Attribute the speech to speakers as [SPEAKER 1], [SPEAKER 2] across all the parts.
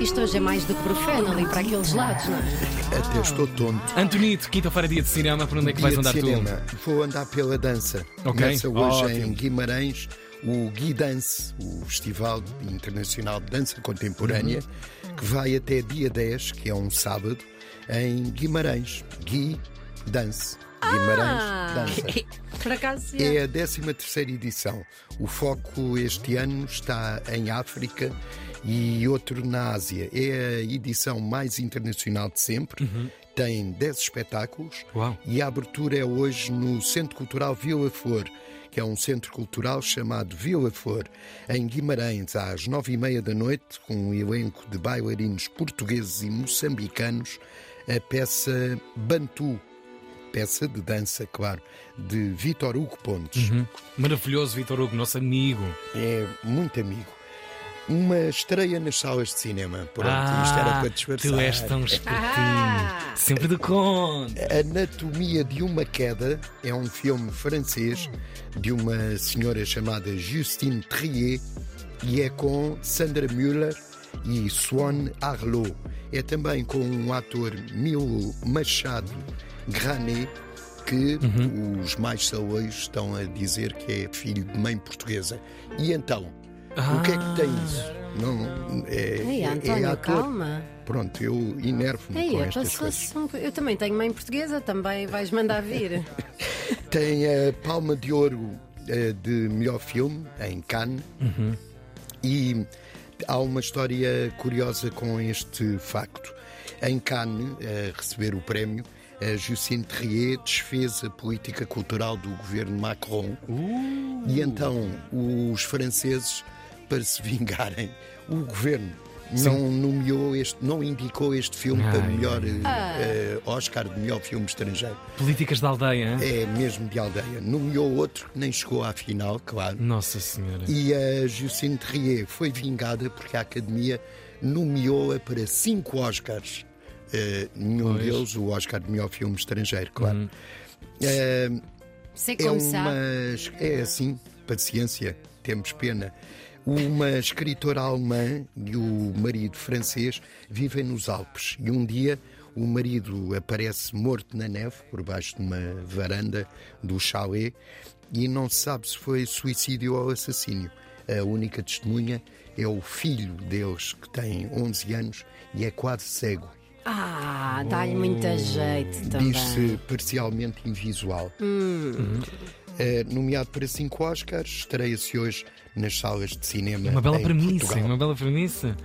[SPEAKER 1] Isto hoje é mais do que profano ali para aqueles lados, não é?
[SPEAKER 2] Até estou tonto.
[SPEAKER 3] Antonito, quinta-feira, dia de cinema, por onde é que vais
[SPEAKER 2] Dia de
[SPEAKER 3] andar tu?
[SPEAKER 2] cinema. Vou andar pela dança.
[SPEAKER 3] Ok.
[SPEAKER 2] Começa hoje em
[SPEAKER 3] Ótimo.
[SPEAKER 2] Guimarães o Guidance, o Festival Internacional de Dança Contemporânea,
[SPEAKER 3] Uhum.
[SPEAKER 2] que vai até dia 10, que é um sábado, em Guimarães. Gui Dance.
[SPEAKER 3] Ah!
[SPEAKER 2] Guimarães Dança.
[SPEAKER 1] Por acaso, é.
[SPEAKER 2] É a 13ª edição. O foco este ano está em África e outro na Ásia. É a edição mais internacional de sempre. Tem 10 espetáculos
[SPEAKER 3] Uau.
[SPEAKER 2] e a abertura é hoje no Centro Cultural Vila Flor, que é um centro cultural chamado Vila Flor, em Guimarães, às nove e meia da noite, com um elenco de bailarinos portugueses e moçambicanos, a peça Bantu, peça de dança, claro, de Vítor Hugo Pontes.
[SPEAKER 3] Hum, Maravilhoso, Vitor Hugo, nosso amigo.
[SPEAKER 2] É muito amigo. Uma estreia nas salas de cinema. Pronto, isto era para disfarçar.
[SPEAKER 3] Ah, Tu és tão espertinho.
[SPEAKER 1] Ah.
[SPEAKER 3] Sempre do conto.
[SPEAKER 2] Anatomia de uma Queda é um filme francês de uma senhora chamada Justine Trier e é com Sandra Müller e Swan Arlo. É também com um ator Milo Machado Granet que os mais saúdos estão a dizer que é filho de mãe portuguesa. E então, o que é que tem isso? Não, é,
[SPEAKER 1] Ei,
[SPEAKER 2] é- é
[SPEAKER 1] António,
[SPEAKER 2] ator.
[SPEAKER 1] calma.
[SPEAKER 2] Pronto, eu enervo-me
[SPEAKER 1] Ei,
[SPEAKER 2] com
[SPEAKER 1] é,
[SPEAKER 2] estas coisas.
[SPEAKER 1] passou-se um... co- Eu também tenho mãe portuguesa, também vais mandar vir.
[SPEAKER 2] Tem a Palma de Ouro eh, de melhor filme em Cannes e há uma história curiosa com este facto. Em Cannes, a receber o prémio, a Justine Trier desfez a política cultural do governo Macron e então os franceses, para se vingarem, o governo não nomeou este, não indicou este filme para
[SPEAKER 3] Ai,
[SPEAKER 2] melhor eh, eh, Oscar de melhor filme estrangeiro.
[SPEAKER 3] Políticas da aldeia, hein?
[SPEAKER 2] É mesmo de aldeia. Nomeou outro que nem chegou à final, claro.
[SPEAKER 3] Nossa Senhora.
[SPEAKER 2] E a Justine Trier foi vingada porque a Academia nomeou-a para cinco Oscars. Eh, nenhum
[SPEAKER 3] Pois.
[SPEAKER 2] deles, o Oscar de melhor filme estrangeiro, claro. Eh,
[SPEAKER 1] Sei
[SPEAKER 2] é
[SPEAKER 1] como
[SPEAKER 2] uma.
[SPEAKER 1] sabe.
[SPEAKER 2] É assim, paciência, temos pena. Uma escritora alemã e o marido francês vivem nos Alpes e um dia o marido aparece morto na neve por baixo de uma varanda do chalé e não se sabe se foi suicídio ou assassínio. A única testemunha é o filho deles que tem 11 anos e é quase cego.
[SPEAKER 1] Ah, dá-lhe
[SPEAKER 2] Oh,
[SPEAKER 1] muita jeito também. Hum.
[SPEAKER 2] Diz-se parcialmente invisual. Eh, nomeado para cinco Oscars, estreia-se hoje nas salas de cinema.
[SPEAKER 3] Uma bela
[SPEAKER 2] em
[SPEAKER 3] premissa,
[SPEAKER 2] Portugal. Uhum.
[SPEAKER 3] uma bela premissa.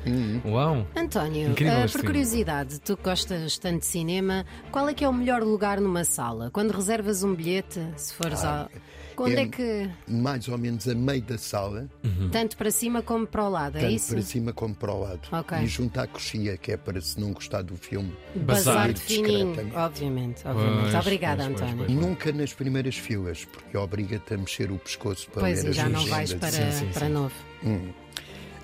[SPEAKER 3] Uau.
[SPEAKER 1] António,
[SPEAKER 3] Incrível
[SPEAKER 1] ah,
[SPEAKER 3] este
[SPEAKER 1] por
[SPEAKER 3] filme.
[SPEAKER 1] curiosidade, tu que gostas tanto de cinema, qual é que é o melhor lugar numa sala? Quando reservas um bilhete, se fores ao. Quando é,
[SPEAKER 2] é-
[SPEAKER 1] que.
[SPEAKER 2] Mais ou menos a meio da sala,
[SPEAKER 1] Tanto para cima como para o lado, é
[SPEAKER 2] tanto
[SPEAKER 1] isso?
[SPEAKER 2] para cima como para o lado.
[SPEAKER 1] Ok.
[SPEAKER 2] E junto à coxia, que é para se não gostar do filme.
[SPEAKER 1] Bazar
[SPEAKER 3] Bazar.
[SPEAKER 1] de fininho,
[SPEAKER 2] Discretamente.
[SPEAKER 1] obviamente, obviamente.
[SPEAKER 3] Pois,
[SPEAKER 1] Obrigada,
[SPEAKER 3] pois,
[SPEAKER 1] António.
[SPEAKER 3] pois,
[SPEAKER 2] Nunca nas primeiras filas, porque obriga-te a mexer o pescoço para
[SPEAKER 1] Pois,
[SPEAKER 2] ler
[SPEAKER 1] e
[SPEAKER 2] as
[SPEAKER 1] já não vais
[SPEAKER 2] legendas.
[SPEAKER 1] para,
[SPEAKER 3] sim,
[SPEAKER 1] para
[SPEAKER 3] sim.
[SPEAKER 1] novo.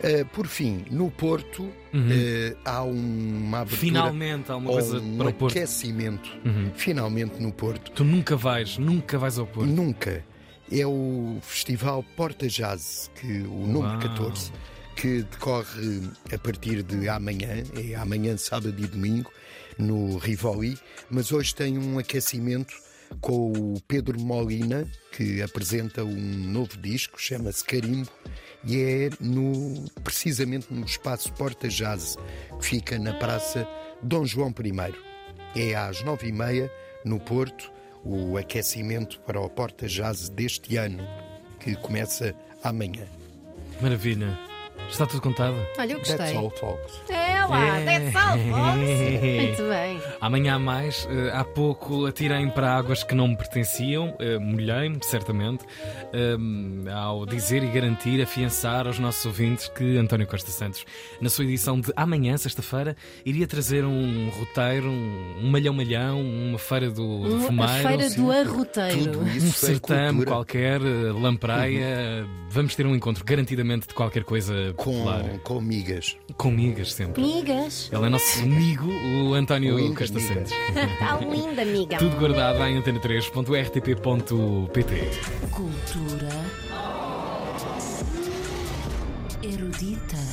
[SPEAKER 2] Eh, por fim, no Porto eh, há uma abertura.
[SPEAKER 3] Uhum. Finalmente há uma
[SPEAKER 2] ou
[SPEAKER 3] coisa
[SPEAKER 2] um
[SPEAKER 3] para o Porto. Uhum.
[SPEAKER 2] aquecimento. Finalmente no Porto.
[SPEAKER 3] Tu nunca vais, nunca vais ao Porto.
[SPEAKER 2] Nunca. É o Festival Porta Jazz, que, o número
[SPEAKER 3] Uau.
[SPEAKER 2] 14, que decorre a partir de amanhã, é amanhã, sábado e domingo, no Rivoli, mas hoje tem um aquecimento com o Pedro Molina, que apresenta um novo disco, chama-se Carimbo, e é no, precisamente no espaço Porta Jazz, que fica na Praça Dom João I. É às nove e meia, no Porto, o aquecimento para o Porta Jazz deste ano, que começa amanhã. Uhum.
[SPEAKER 3] Maravilha. Está tudo contado?
[SPEAKER 1] Olha, eu
[SPEAKER 2] That's
[SPEAKER 1] gostei.
[SPEAKER 2] all, folks.
[SPEAKER 1] É lá,
[SPEAKER 3] É.
[SPEAKER 1] that's all, folks. Muito bem.
[SPEAKER 3] Amanhã há mais, Eh, há pouco atirei para águas que não me pertenciam, Eh, molhei-me, certamente, Hum, ao dizer e garantir, afiançar aos nossos ouvintes que António Costa Santos, na sua edição de amanhã, sexta-feira, iria trazer um roteiro, um malhão-malhão, uma feira do, do
[SPEAKER 1] Um- A
[SPEAKER 3] fumeiro.
[SPEAKER 1] feira do
[SPEAKER 2] Tudo
[SPEAKER 1] arroteiro.
[SPEAKER 3] Um
[SPEAKER 2] isso é
[SPEAKER 3] certame
[SPEAKER 2] cultura Uhum.
[SPEAKER 3] qualquer, eh, lampreia, vamos ter um encontro garantidamente de qualquer coisa popular.
[SPEAKER 2] com, com migas.
[SPEAKER 3] Com migas sempre.
[SPEAKER 1] Amigas.
[SPEAKER 3] Ele é nosso amigo, o António
[SPEAKER 2] Linda
[SPEAKER 3] Costa
[SPEAKER 2] amiga.
[SPEAKER 3] Santos.
[SPEAKER 1] Está Tá linda, amiga.
[SPEAKER 3] Tudo guardado em antena3.rtp.pt.
[SPEAKER 4] Cultura
[SPEAKER 5] Erudita.